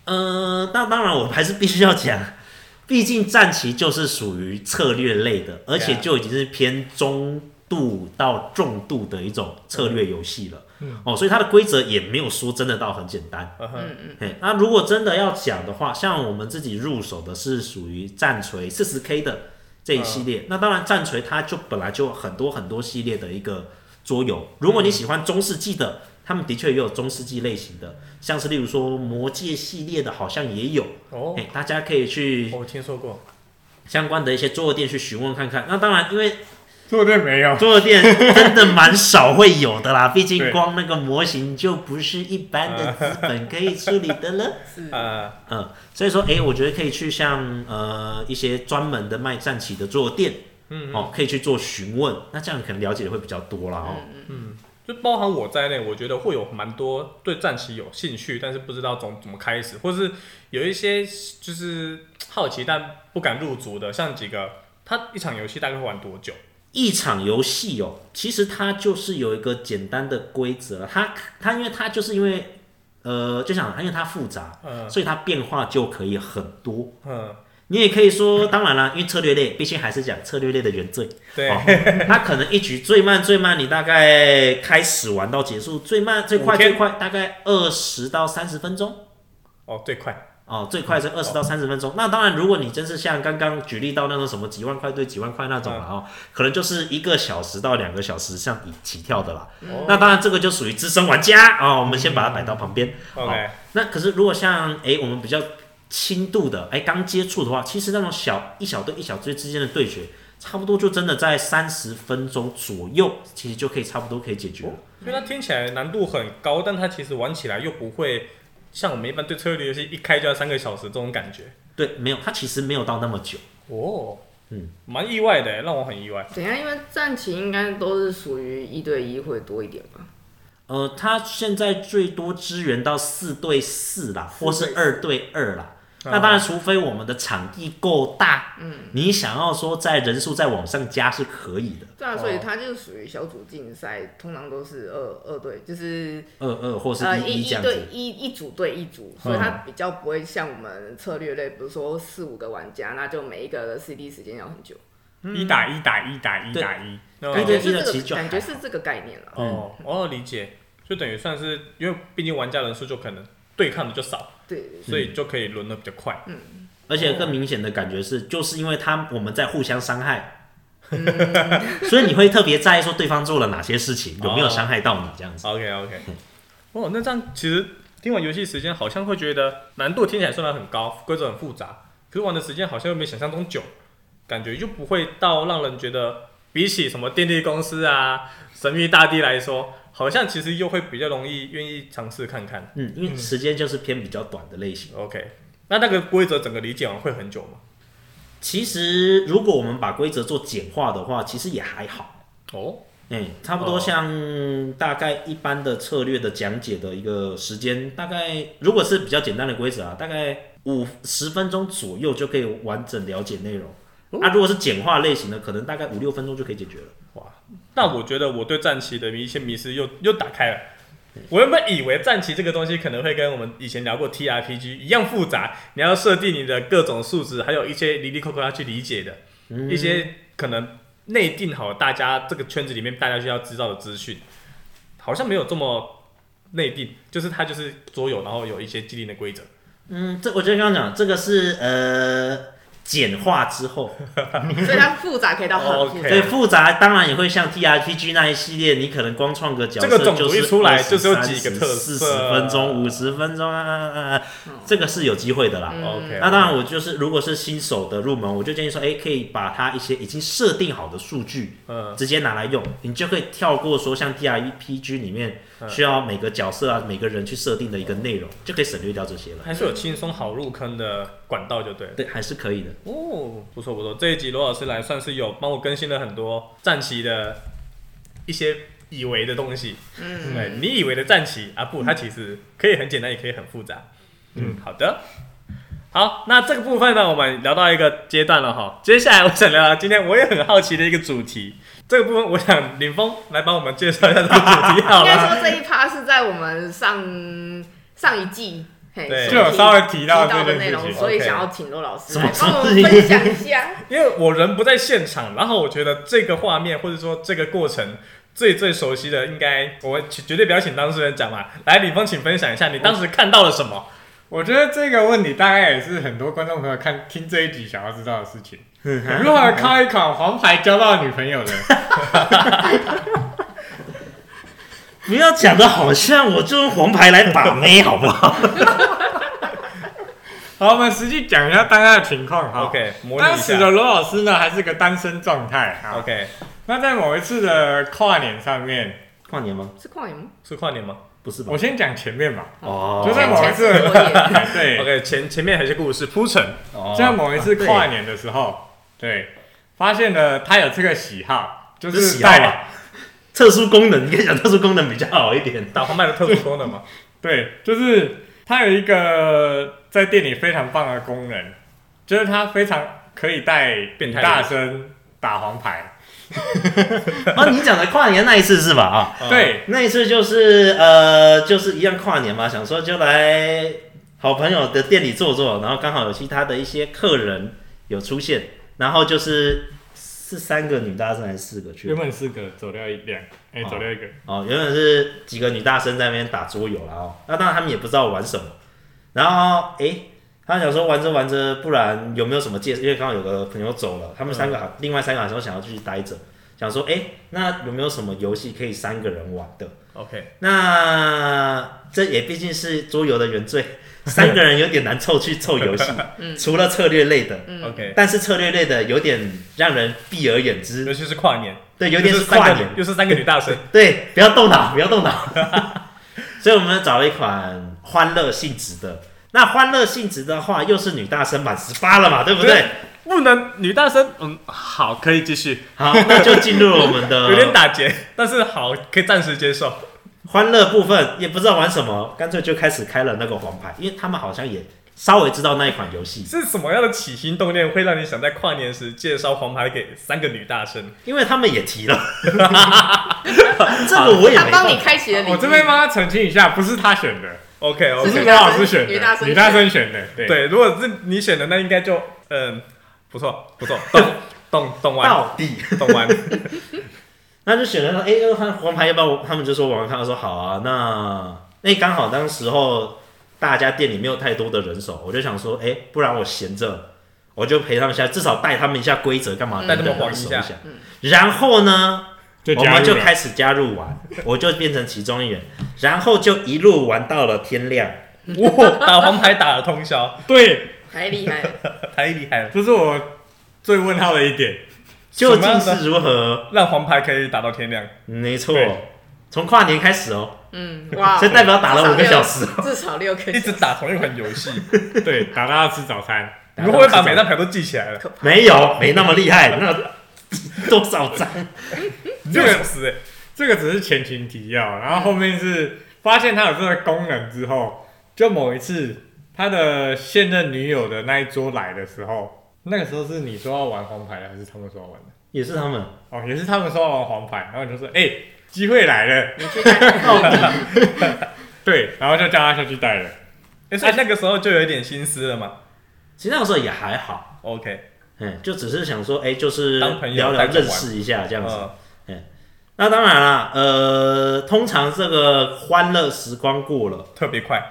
呃，那当然我还是必须要讲， *laughs* 毕竟战棋就是属于策略类的，而且就已经是偏中度到重度的一种策略游戏了。哦，所以它的规则也没有说真的到很简单。嗯哼，嘿，那如果真的要讲的话，像我们自己入手的是属于战锤四十 K 的这一系列。那当然，战锤它就本来就很多很多系列的一个桌游。如果你喜欢中世纪的，他们的确也有中世纪类型的，像是例如说魔界系列的，好像也有。哦，哎，大家可以去我听说过，相关的一些桌游店去询问看看。那当然，因为做对没有？桌游店真的蛮少会有的啦，毕竟对光那个模型就不是一般的资本可以处理的了。呃，嗯，所以说，诶，我觉得可以去像呃一些专门的卖战旗的坐店，嗯哦，可以去做询问，那这样可能了解的会比较多啦哦。就包含我在内，我觉得会有蛮多对战棋有兴趣，但是不知道怎么怎么开始，或是有一些就是好奇但不敢入族的，像几个，他一场游戏大概会玩多久？一场游戏哦，其实它就是有一个简单的规则，它它因为它就是因为呃，就想因为它复杂，嗯所以它变化就可以很多。嗯，你也可以说，当然啦，因为策略类，毕竟还是讲策略类的原罪。对， *laughs* 哦，它可能一局最慢最慢，你大概开始玩到结束，最慢最快五天最快大概二十到三十分钟。哦，最快，哦，最快是二十到三十分钟。那当然，如果你真是像刚刚举例到那种什么几万块对几万块那种了嗯哦，可能就是一个小时到两个小时像以起跳的啦。哦那当然，这个就属于资深玩家哦，我们先把它摆到旁边。嗯哦，OK，那可是如果像诶我们比较轻度的诶刚接触的话，其实那种小一小队一小队之间的对决，差不多就真的在三十分钟左右，其实就可以差不多可以解决了。因为它听起来难度很高，但它其实玩起来又不会像我们一般对策略游戏一开就要三个小时这种感觉。对，没有，它其实没有到那么久。哦，嗯，蛮意外的，让我很意外。等一下，因为战旗应该都是属于一对一会多一点吧？呃，它现在最多支援到四对四啦，或是二对二啦。那当然，除非我们的场地够大，嗯，你想要说在人数再往上加是可以的，对啊，哦所以它就是属于小组竞赛，通常都是二二队，就是二二或是呃一一一这样子。嗯对一一组对一组，所以它比较不会像我们策略类，比如说四五个玩家，那就每一个的 CD 时间要很久。一打一打一打一打一，那对感哦对觉一是的这其实就个还好感觉是这个概念了。哦，我理解，就等于算是因为毕竟玩家人数就可能对抗的就少，对，所以就可以轮的比较快。而且更明显的感觉是，就是因为他我们在互相伤害， *laughs* 所以你会特别在意说对方做了哪些事情，有没有伤害到你这样子。 OK OK，哦，那这样其实听完游戏时间好像会觉得难度听起来虽然很高，规则很复杂，可是玩的时间好像又没想象中久，感觉就不会到让人觉得比起什么电力公司啊、神秘大地来说，好像其实又会比较容易愿意尝试看看。嗯，因为时间就是偏比较短的类型。 OK，那那个规则整个理解完会很久吗？其实如果我们把规则做简化的话，其实也还好。哦，嗯，差不多哦像大概一般的策略的讲解的一个时间，大概如果是比较简单的规则啊，大概五十分钟左右就可以完整了解内容。啊，如果是简化类型的，可能大概五六分钟就可以解决了。那我觉得我对战棋的一些迷思又又打开了。我原本以为战棋这个东西可能会跟我们以前聊过 TRPG 一样复杂，你要设定你的各种数值，还有一些离离扣扣要去理解的，一些可能内定好大家这个圈子里面大家需要知道的资讯，好像没有这么内定，就是它就是桌游，然后有一些既定的规则。嗯，这我觉得刚刚讲这个是呃简化之后，所以它复杂可以到很复 OK 杂。对复杂当然也会像 T R P G 那一系列，你可能光创个角色这个种族就一是出来就是有几个特四十色分钟、五十分钟啊啊啊啊，这个是有机会的啦。嗯 OK，那当然，我就是如果是新手的入门，我就建议说，哎，可以把它一些已经设定好的数据嗯直接拿来用，你就可以跳过说像 T R P G 里面嗯需要每个角色啊、每个人去设定的一个内容，就可以省略掉这些了。还是有轻松好入坑的管道就对了。对，还是可以的。哦，不错不错，这一集罗老师来算是有帮我更新了很多战旗的一些以为的东西。嗯，对你嗯以为的战旗啊，不，它其实可以很简单，也可以很复杂。嗯，好的。好，那这个部分呢，我们聊到一个阶段了哈。接下来我想聊聊今天我也很好奇的一个主题。这个部分，我想林峰来帮我们介绍一下这个主 *laughs* 题好应该了。说这一趴是在我们上上一季，嘿对所就有提稍微提到提到这的件内事容，情所以 OK 想要请罗老师什来么帮我们事情分享一下。 *laughs* 因为我人不在现场，然后我觉得这个画面或者说这个过程最最熟悉的，应该我们绝绝对不要请当事人讲嘛。来，李峰，请分享一下你当时看到了什么？我觉得这个问题大概也是很多观众朋友看听这一集想要知道的事情。嗯如何靠一款黄牌交到女朋 *laughs* 友的？不要讲的好像我就用黄牌来把妹，好不好？好，我们实际讲一下当下的情况哈。 OK，模拟当一时的下。罗老师呢还是个单身状态啊。 OK，那在某一次的跨年上面，跨年吗？是旷野吗？是跨年吗不是吧我？先讲前面吧。哦，就在前某一前次是过夜， *laughs* 对， ？OK，前前面还是故事铺陈。哦在某一次跨年的时候，对，发现了他有这个喜好，就这是是喜好带啊特殊功能，你可以讲特殊功能比较好一点。打黄牌的特殊功能 *laughs* 嘛？对，就是它有一个在店里非常棒的功能，就是它非常可以带变态大声打黄牌。哦，你讲的跨年那一次是吧？啊，对，那一次就是呃，就是一样跨年嘛，想说就来好朋友的店里坐坐，然后刚好有其他的一些客人有出现，然后就是是三个女大生还是四个去原？本四个走掉一两，哎、哦走掉一个。哦，原本是几个女大生在那边打桌游啦哦，那当然他们也不知道玩什么，然后诶，他们想说玩着玩着，不然有没有什么介？因为刚好有个朋友走了，他们嗯三个好，另外三个好像想要继续待着，想说诶，那有没有什么游戏可以三个人玩的？ OK，那这也毕竟是桌游的原罪，三个人有点难凑去凑游 *laughs* 戏，嗯除了策略类的，嗯 OK，但是策略类的有点让人避而远之，尤其是跨年，对，有点又是是三跨个年，又是三个女大生。对，不要动脑，不要动 *laughs* 脑。所以我们找了一款欢乐性质的，那欢乐性质的话，又是女大生满十八了嘛，对不对？不能女大生，嗯，好，可以继续，好，那就进入了我们 *laughs* 有点的打结，但是好，可以暂时接受。欢乐部分，也不知道玩什么，干脆就开始开了那个黄牌，因为他们好像也稍微知道那一款游戏。是什么样的起心动念会让你想在跨年时介绍黄牌给三个女大生？因为他们也 *laughs* 提了， *laughs* 这个我也他没帮你办法开启了领域。我这边帮他澄清一下，不是他选的， OK 不只是 OK，罗老师选的，女大生女大生选的。对，对，如果是你选的，那应该就嗯，不错不错， *laughs* 懂懂懂完到 *laughs* 底，懂完，那就选了说，哎、要看黄牌要不要我？他们就说玩玩看，我说好啊，那那刚好当时候大家店里没有太多的人手，我就想说，哎、不然我闲着，我就陪他们一下，至少带他们一下规则干嘛，嗯带他们对玩一下嗯熟然后呢，就我加们入就了开始加入玩，我就变成其中一员，然后就一路玩到了天亮。哇，打黄牌打了通宵， *laughs* 对，太厉害了，太厉害了，这是我最问号的一点。究什么竟样的是如何？让黄牌可以打到天亮。没错对，从跨年开始哦、嗯，哇，啊所以代表打了五个小时。至少六个一小时直，打同一款游 *laughs* 戏， *laughs* 对，打到要吃早餐。你会不会把每张牌都记起来了？没有，没那么厉害，那多少张？六小时哎，这个只是前情提要，然后后面是发现他有这个功能之后，就某一次他的现任女友的那一桌来的时候，那个时候是你说要玩黄牌的，还是他们说要玩的？也是他们，哦，也是他们说要玩黄牌，然后你就说，哎、机会来了，你去看。 *laughs* 对，然后就叫他下去带了。诶所以那个时候就有一点心思了嘛。其实那个时候也还好， OK，嗯，就只是想说，哎、就是当朋友聊聊当着玩认识一下这样子。嗯，那当然啦，呃，通常这个欢乐时光过了，特别快，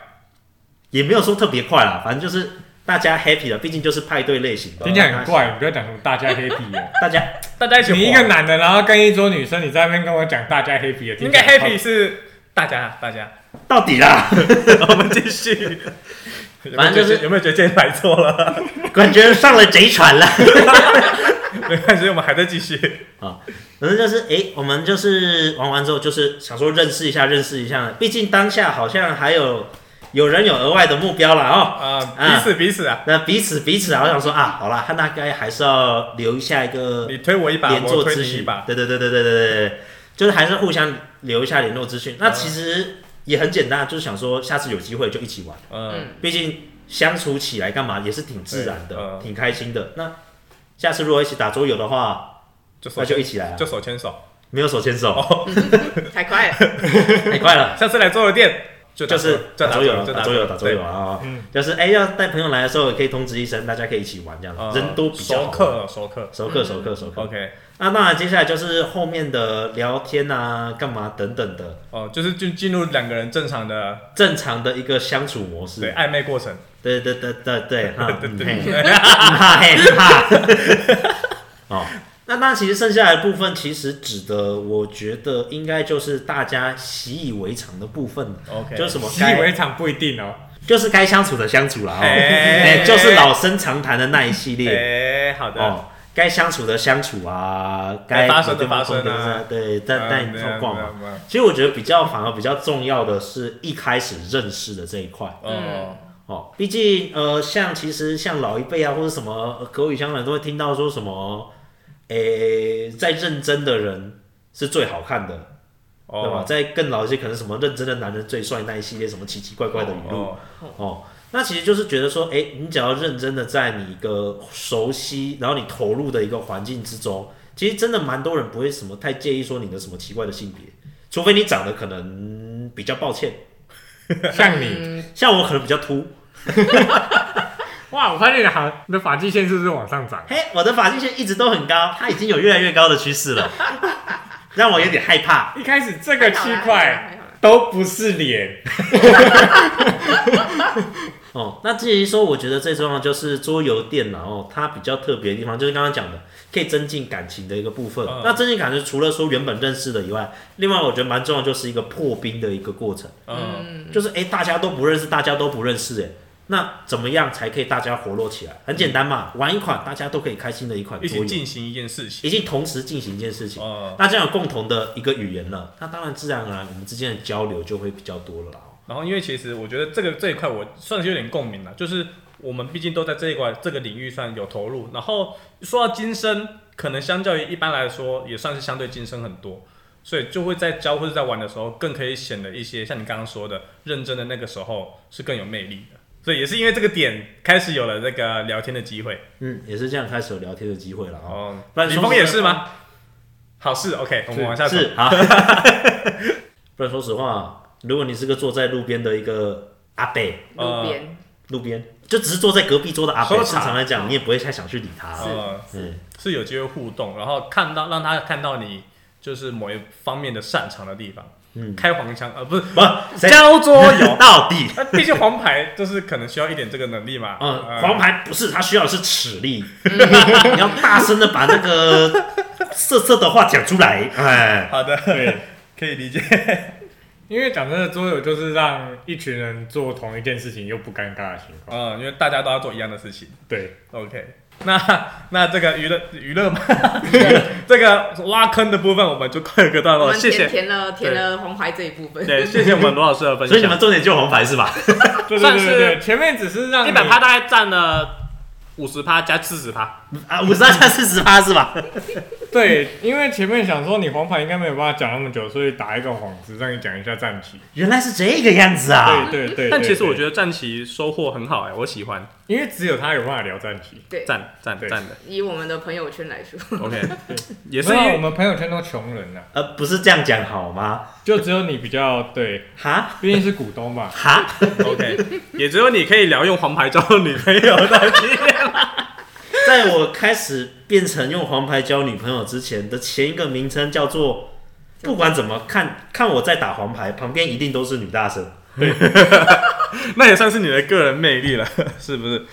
也没有说特别快啦，反正就是大家 happy 了，毕竟就是派对类型的，听起来很怪，你不要讲什么大家 happy 啊。大家大家一起你一滑个男的，然后跟一桌女生，你在那边跟我讲大家 happy 啊？应该听起来 happy 是大家大家，到底啦， *laughs* 我们继续。反正就是有没有觉得有没有觉得今天买错了？感觉上了贼船了。 *laughs* 没关系，我们还在继续。反正就是，哎、我们就是玩完之后，就是想说认识一下，认识一下。毕竟当下好像还有有人有额外的目标了哦。啊，啊彼此彼此啊，那彼此彼此啊，我想说啊，好啦，他大概还是要留下一个你推我一把，联我络推资你一讯把。。对对对对对对对对，就是还是互相留一下联络资讯。那其实也很简单，就是想说下次有机会就一起玩。嗯，毕竟相处起来干嘛也是挺自然的，对嗯挺开心的。那下次如果一起打桌游的话，就手那就牵一起来啊，就手牵手，没有手牵手，太快了，太快了。下次来桌游店就打就是就打桌游，就打桌游，打桌游对啊！嗯就是哎，要带朋友来的时候，也可以通知一声，大家可以一起玩这样呃，人多比较熟好。客熟客熟客，熟客，熟客。 ，OK，啊那当然，接下来就是后面的聊天啊、干嘛等等的哦，就是进进入两个人正常的正常的一个相处模式。对暧昧过程，对对对对 *laughs* 对，哈，嗯嘿嗯哈嘿嗯哈。 *laughs* 哦，那那其实剩下的部分，其实指的，我觉得应该就是大家习以为常的部分哦 OK 就是什么习以该为常不一定 *laughs* 哦。就是该相处的相处啦，哦，哎哎，就是老生常谈的那一系列哎，好的，哦。该相处的相处啊，该该发生的对方发生啊懂得对，带带你逛嗯逛嘛。，没有没有没有其实我觉得比较反而比较重要的是一开始认识的这一块，哦，哦，毕竟呃，像其实像老一辈啊，或者什么呃口语相反，都会听到说什么，诶、在认真的人是最好看的，对吧？哦，在更老一些，可能什么认真的男人最帅那一系列什么奇奇怪怪的语录哦哦那其实就是觉得说，诶、你只要认真的在你一个熟悉，然后你投入的一个环境之中，其实真的蛮多人不会什么太介意说你的什么奇怪的性别，除非你长得可能比较抱歉，像你，嗯像我可能比较秃，哇，我发现你的好，你的发际线是不是往上涨？嘿，我的发际线一直都很高，它已经有越来越高的趋势了，让我有点害怕。一开始这太个好区了块，都不是脸，哦，那至于说，我觉得最重要的就是桌游店啦，哦，它比较特别的地方就是刚刚讲的，可以增进感情的一个部分。嗯那增进感情除了说原本认识的以外，另外我觉得蛮重要的就是一个破冰的一个过程，嗯，就是诶，大家都不认识，大家都不认识，哎，那怎么样才可以大家活络起来？很简单嘛，玩一款大家都可以开心的一款一桌起游，进行一件事情，已经同时进行一件事情。哦，那这样有共同的一个语言了，那当然自然而然我们之间的交流就会比较多了啦。然后，因为其实我觉得这个这一块我算是有点共鸣了，就是我们毕竟都在这一块这个领域算有投入。然后说到今生，可能相较于一般来说也算是相对今生很多，所以就会在教或者在玩的时候，更可以显得一些像你刚刚说的认真的那个时候是更有魅力的。所以也是因为这个点，开始有了那个聊天的机会。嗯，也是这样开始有聊天的机会了哦。哦不然，李说峰实也话是吗？好是 OK，我们往下走。是好， *laughs* 不然说实话，如果你是个坐在路边的一个阿北，呃路边路边就只是坐在隔壁桌的阿北，喝正茶常来讲，你也不会太想去理他。呃，嗯，是有机会互动，然后看到让他看到你就是某一方面的擅长的地方，嗯开黄腔呃不是 *laughs* 不，谁教桌游，到底？那毕竟黄牌就是可能需要一点这个能力嘛， *laughs* 嗯，呃黄牌不是，他需要的是齿 *laughs* 力，你要大声的把那个色色的话讲出来。哎，好的对， *laughs* 可以理解，因为讲真的，桌游就是让一群人做同一件事情又不尴尬的情况。嗯，因为大家都要做一样的事情对， ，OK。那 *laughs* 那这个娱乐娱乐嘛， *laughs* 这个挖坑的部分我们就快一个段我落，们哦谢填谢，填了填了黄牌这一部分，对，谢谢我们罗老师的分所以你们享，重点就红牌是 *laughs* 吧？对对算对是对对，前面只是让一你百趴大概占了五十趴加四十趴，啊，五十二加四十八是吧？对，因为前面想说你黄牌应该没有办法讲那么久，所以打一个幌子让你讲一下战旗。原来是这个样子啊！对对对，但其实我觉得，得战旗收获很好哎、我喜欢，因为只有他有办法聊战旗，对，赞赞对赞的以我们的朋友圈来说， *laughs* ，OK，也是没因有我为们朋友圈都穷人呐、呃，不是这样讲好吗？就只有你比较对，哈毕竟是股东嘛。哈， OK，也只有你可以聊用黄牌交女朋友的经验，在我开始变成用黄牌交女朋友之前的前一个名称叫做，不管怎么看看我在打黄牌，旁边一定都是女大 *laughs* 生。那也算是你的个人魅力了， *laughs* 是不是？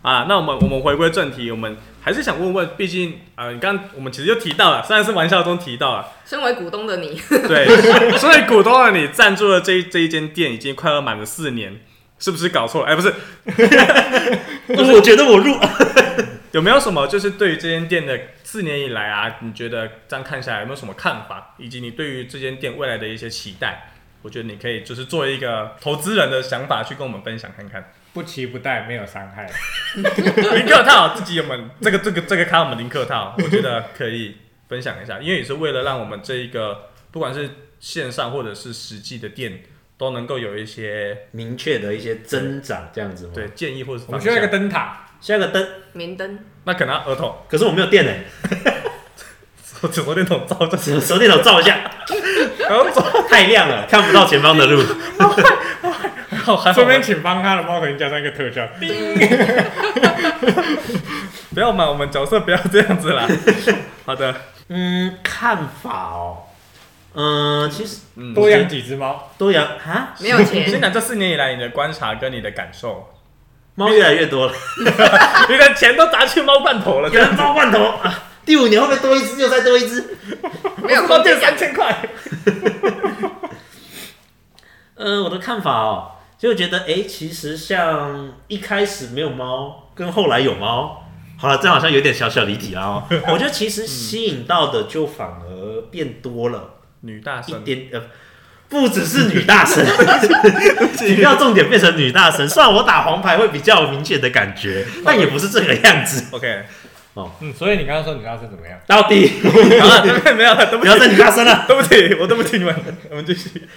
啊，那我们我们回归正题，我们还是想问问，毕竟呃，你刚我们其实就提到了，虽然是玩笑中提 *laughs* 到了，身为股东的你， *laughs* 对，所以股东的你赞助了这一这一间店已经快要满了四年，是不是搞错了？哎、不是，我觉得我入，有没有什么就是对于这间店的四年以来啊，你觉得这样看下来有没有什么看法，以及你对于这间店未来的一些期待？我觉得你可以就是做一个投资人的想法去跟我们分享看看。 *laughs* 不期不待，没有伤害。零客套自己我们这个这个这个卡我们零客套，我觉得可以分享一下，因为也是为了让我们这一个不管是线上或者是实际的店都能够有一些明确的一些增长这样子吗？对，建议或者方我们需要一个向。灯塔，下个灯，明灯，那可能要额头，可是我没有 *laughs* 电哎、我只手电筒照着， *laughs* 欸，手电筒照一下，然后走，太亮了，看不到前方的路。然后哦还好 *laughs* 顺便请帮他的猫头鹰加上一个特效。不要嘛，我们角色不要这样子啦。好的， *laughs* 嗯，看法哦，嗯、其实嗯，多养几只猫，多养哈，没有先 *laughs* 钱，讲这四年以来你的观察跟你的感受，猫越来越多了，你的钱都砸去猫罐头 *laughs* 了，有人包罐头 *laughs* 啊。第五年会不会多一只？又再多一只？没有猫空店间养。三千块。呃，我的看法哦，就觉得哎、诶其实像一开始没有猫，跟后来有猫，好了，这样好像有点小小离题了哦。我觉得其实吸引到的就反而变多了女大一生，点，呃，不只是女大神，你不要重点变成女大神。虽然我打黄牌会比较有明显的感觉，但也不是这个样子。 OK，嗯，所以你刚刚说你那是怎么样？到底好了，没 *laughs* 有了，对不不起要，再女大神了。对不起，我对不起你们，我们继续。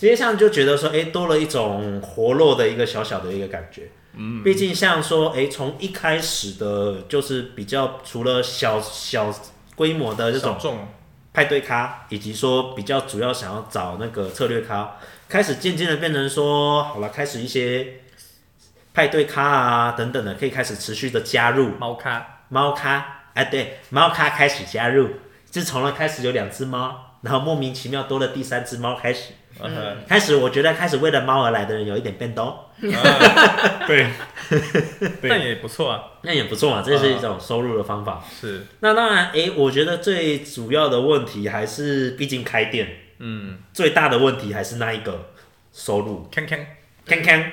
实际上就觉得说，哎、多了一种活络的一个小小的一个感觉。嗯，毕竟像说，哎、从一开始的，就是比较除了小小规模的这种重，派对咖，以及说比较主要想要找那个策略咖，开始渐渐的变成说，好了，开始一些派对咖啊等等的，可以开始持续的加入猫咖，猫咖，哎、对，猫咖开始加入，自从了开始有两只猫，然后莫名其妙多了第三只猫开始。嗯，开始我觉得开始为了猫而来的人有一点变多，对，但也不错啊，那也不错嘛，这是一种收入的方法。是，那当然，诶、我觉得最主要的问题还是，毕竟开店嗯，最大的问题还是那一个收入，看看，看看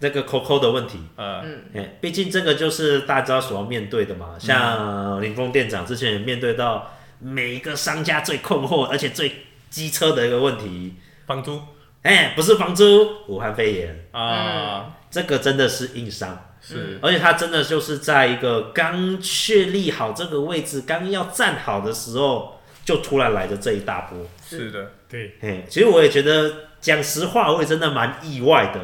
那个扣扣的问题。呃，哎、毕竟这个就是大家所要面对的嘛。像林峰店长之前也面对到每一个商家最困惑而且最机车的一个问题，房租哎、不是房租，武汉肺炎，啊，这个真的是硬伤。是，而且他真的就是在一个刚确立好这个位置、刚要站好的时候，就突然来的这一大波。是的，对，嘿，其实我也觉得，讲实话，我也真的蛮意外的。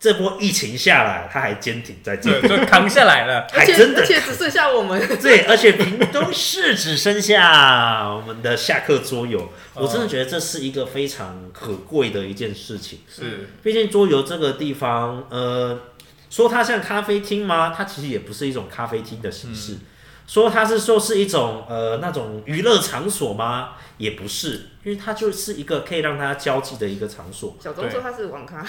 这波疫情下来，他还坚挺在这对，里，就扛下来了。还而且真而的且只剩下我们， *laughs* 对，而且屏东市只剩下我们的下课桌游，我真的觉得这是一个非常可贵的一件事情。是，毕竟桌游这个地方，呃，说它像咖啡厅吗？它其实也不是一种咖啡厅的形式。说它是说是一种呃那种娱乐场所吗？也不是，因为它就是一个可以让大家交际的一个场所，小钟说他是网咖，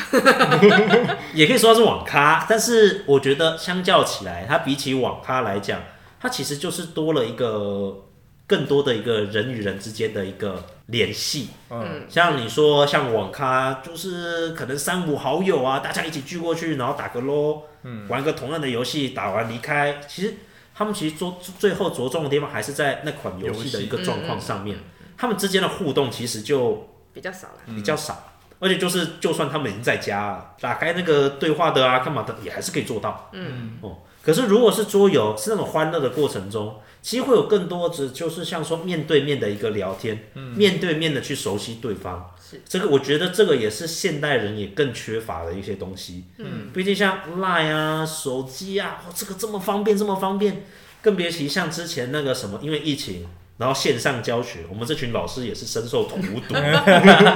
也可以说它是网咖。但是我觉得相较起来，它比起网咖来讲，它其实就是多了一个更多的一个人与人之间的一个联系。嗯，像你说，像网咖，就是可能三五好友啊，大家一起聚过去，然后打个 LO，嗯，玩个同样的游戏，打完离开。其实他们其实着最后着重的地方还是在那款游戏的一个状况上面，他们之间的互动其实就比较少了。比较少，而且就是就算他们已经在家了，打开那个对话的啊，干嘛的也还是可以做到，嗯，哦。可是如果是桌游，是那种欢乐的过程中，其实会有更多的就是像说面对面的一个聊天，嗯面对面的去熟悉对方。是，这个我觉得这个也是现代人也更缺乏的一些东西。嗯，毕竟像 Line 啊、手机啊，哦，这个这么方便，这么方便，更别提像之前那个什么，因为疫情，然后线上教学，我们这群老师也是深受荼 *laughs* 毒，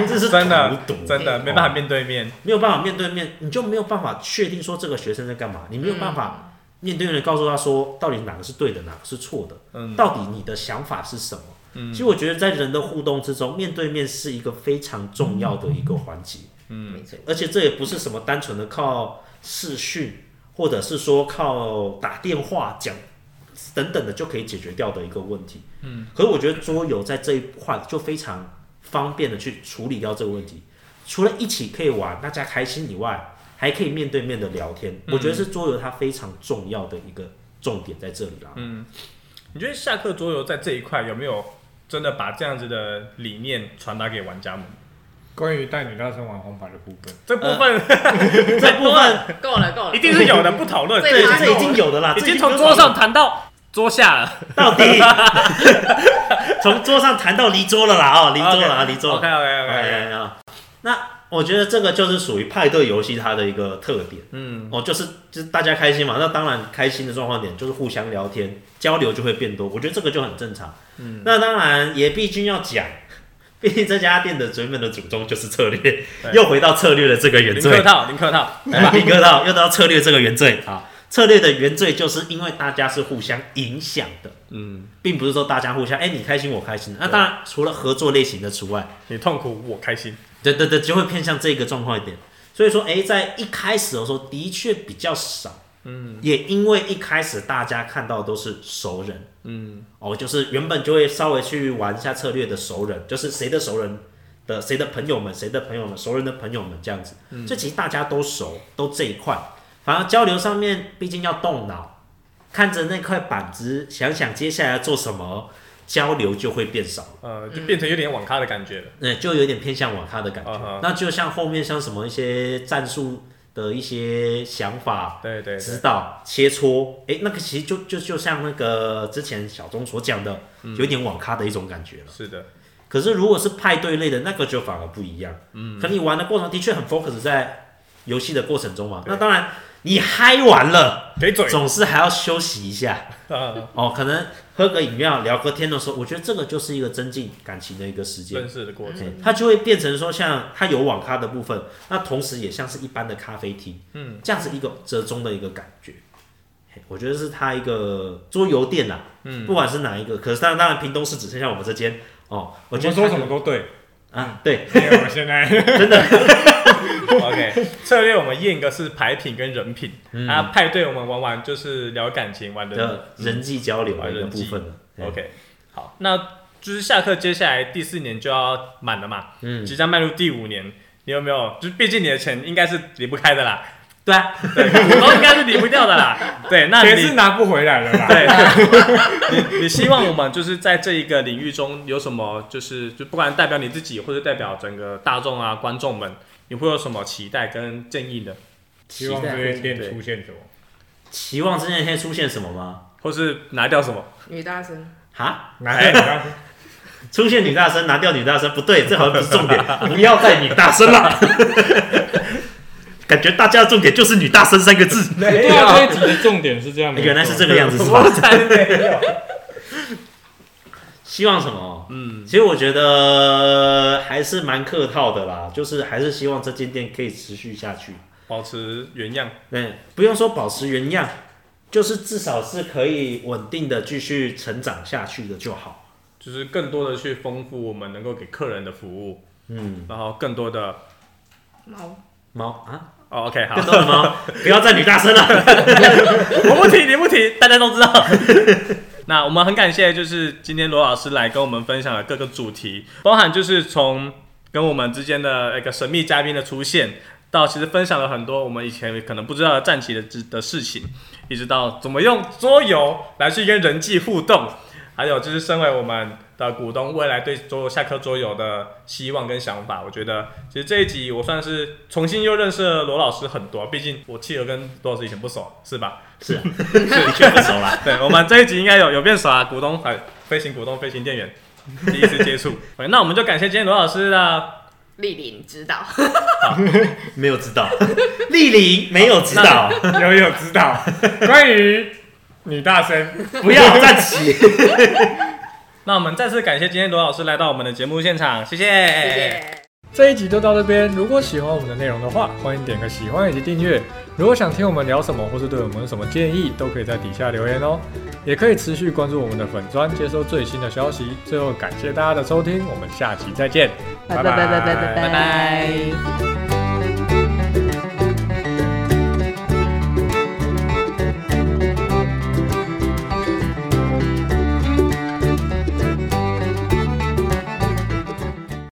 这是真的荼毒，真的没办法面对面，没有办法面对面，你就没有办法确定说这个学生在干嘛，你没有办法面对面的告诉他说到底哪个是对的，哪个是错的，嗯到底你的想法是什么。其实我觉得在人的互动之中，面对面是一个非常重要的一个环节，嗯没错，而且这也不是什么单纯的靠视讯，或者是说靠打电话讲等等的就可以解决掉的一个问题。嗯，可是我觉得桌游在这一块就非常方便的去处理掉这个问题。除了一起可以玩，大家开心以外，还可以面对面的聊天。嗯我觉得是桌游它非常重要的一个重点在这里啦。嗯，你觉得下课桌游在这一块有没有真的把这样子的理念传达给玩家们？关于带女大生玩红牌的部分，这部分、 *laughs* 这部分哎够了够了，一定是有的，不讨论，对对，这这已经有的啦，已这经从有桌了上谈到桌下了，到底， *laughs* 从桌上谈到离桌了啦，哦，离桌了啊，离桌了。 OK OK 哎 OK，呀呀！那我觉得这个就是属于派对游戏它的一个特点。嗯，哦，就是就是大家开心嘛，那当然开心的状况点就是互相聊天交流就会变多，我觉得这个就很正常。嗯，那当然也毕竟要讲， *laughs* 毕竟这家店的原本的祖宗就是策略，又回到策略的这个原零罪客。套，零客套，来吧，林哥到又到策略这个原罪啊。策略的原罪就是因为大家是互相影响的，嗯，并不是说大家互相，哎、你开心我开心。那当然，除了合作类型的除外，你痛苦我开心，对对对，就会偏向这个状况一点。所以说，哎、在一开始的时候的确比较少，嗯，也因为一开始大家看到都是熟人，嗯，哦，就是原本就会稍微去玩一下策略的熟人，就是谁的熟人的谁的朋友们，谁的朋友们，熟人的朋友们这样子，这、其实大家都熟，都这一块，反而交流上面毕竟要动脑，看着那块板子，想想接下来要做什么，交流就会变少。呃，就变成有点网咖的感觉了。对，就有点偏向网咖的感觉。嗯哼那就像后面像什么一些战术的一些想法、对对对，指导、切磋，哎、那个其实就就就像那个之前小钟所讲的，嗯有点网咖的一种感觉了。是的，可是如果是派对类的，那个就反而不一样。嗯，可你玩的过程的确很 focus 在游戏的过程中嘛。那当然，你嗨完了，给嘴，总是还要休息一下。呃，哦，可能喝个饮料、聊个天的时候，我觉得这个就是一个增进感情的一个时间。认识的 *laughs* 过程。对它就会变成说，像它有网咖的部分，那同时也像是一般的咖啡厅，嗯，这样子一个折中的一个感觉。嘿我觉得是它一个桌游店啦，嗯，不管是哪一个，可是当然，当然屏东是只剩下我们这间哦。我我觉们得说它什么都对，啊，对，因为我现在 *laughs* OK，策略我们验一个是牌品跟人品，嗯啊，派对我们玩玩就是聊感情，玩的。的人际交流的一个部分了。嘿 OK，好，那就是下课，接下来第四年就要满了嘛，嗯即将迈入第五年，你有没有？就是毕竟你的钱应该是离不开的啦，对啊，对， *laughs* 股东应该是离不掉的啦，对，那钱是你。拿不回来了啦。对， *laughs* 你你希望我们就是在这一个领域中有什么，就是就不管代表你自己，或者代表整个大众啊观众们，你会有什么期待跟建议呢？希望这间店出现什么？期望这件天出现什么吗？或是拿掉 *laughs* 什么？女大生，哈，拿哎下你刚出现女大生，拿掉女大生，不对，这好像不是重 *laughs* 点，不要再女大生 *laughs* 了。感觉大家的重点就是“女大生”三个字。对啊，这一集的重点是这样的，哎原来是这个样子是吧？才没有。希望什么？嗯，其实我觉得还是蛮客套的啦，就是还是希望这间店可以持续下去。 *laughs* 保持原样，对，不用说保持原样，就是至少是可以稳定的继续成长下去的就好。就是更多的去丰富我们能够给客人的服务，嗯，然后更多的。猫猫 *laughs* 啊，哦，OK，好更，多的猫，不要再女大声了。我不提，你不提，大家都知道。 *laughs* 那我们很感谢，就是今天罗老师来跟我们分享了各个主题，包含就是从跟我们之间的一个神秘嘉宾的出现，到其实分享了很多我们以前可能不知道的战旗的知的事情，一直到怎么用桌游来去跟人际互动，还有就是身为我们的股东，未来对桌游下课桌游的希望跟想法，我觉得其实这一集我算是重新又认识了罗老师很多，毕竟我企鹅跟罗老师以前不熟，是吧？是啊，的确不熟啦。对，我们这一集应该有有变少啊，股东哎，飞行股东、飞行店员第一次接 *laughs* 触。OK，那我们就感谢今天罗老师啦。丽玲指导，没有指导， *laughs* 丽玲没有指导， *laughs* 有有知道。关于女大生，不要站起。那我们再次感谢今天罗老师来到我们的节目现场，谢谢， *laughs* 谢谢谢。这一集就到这边。如果喜欢我们的内容的话，欢迎点个喜欢以及订阅。如果想听我们聊什么，或是对我们有什么建议，都可以在底下留言哦。也可以持续关注我们的粉砖，接收最新的消息。最后感谢大家的收听，我们下期再见，拜拜拜拜拜拜拜拜。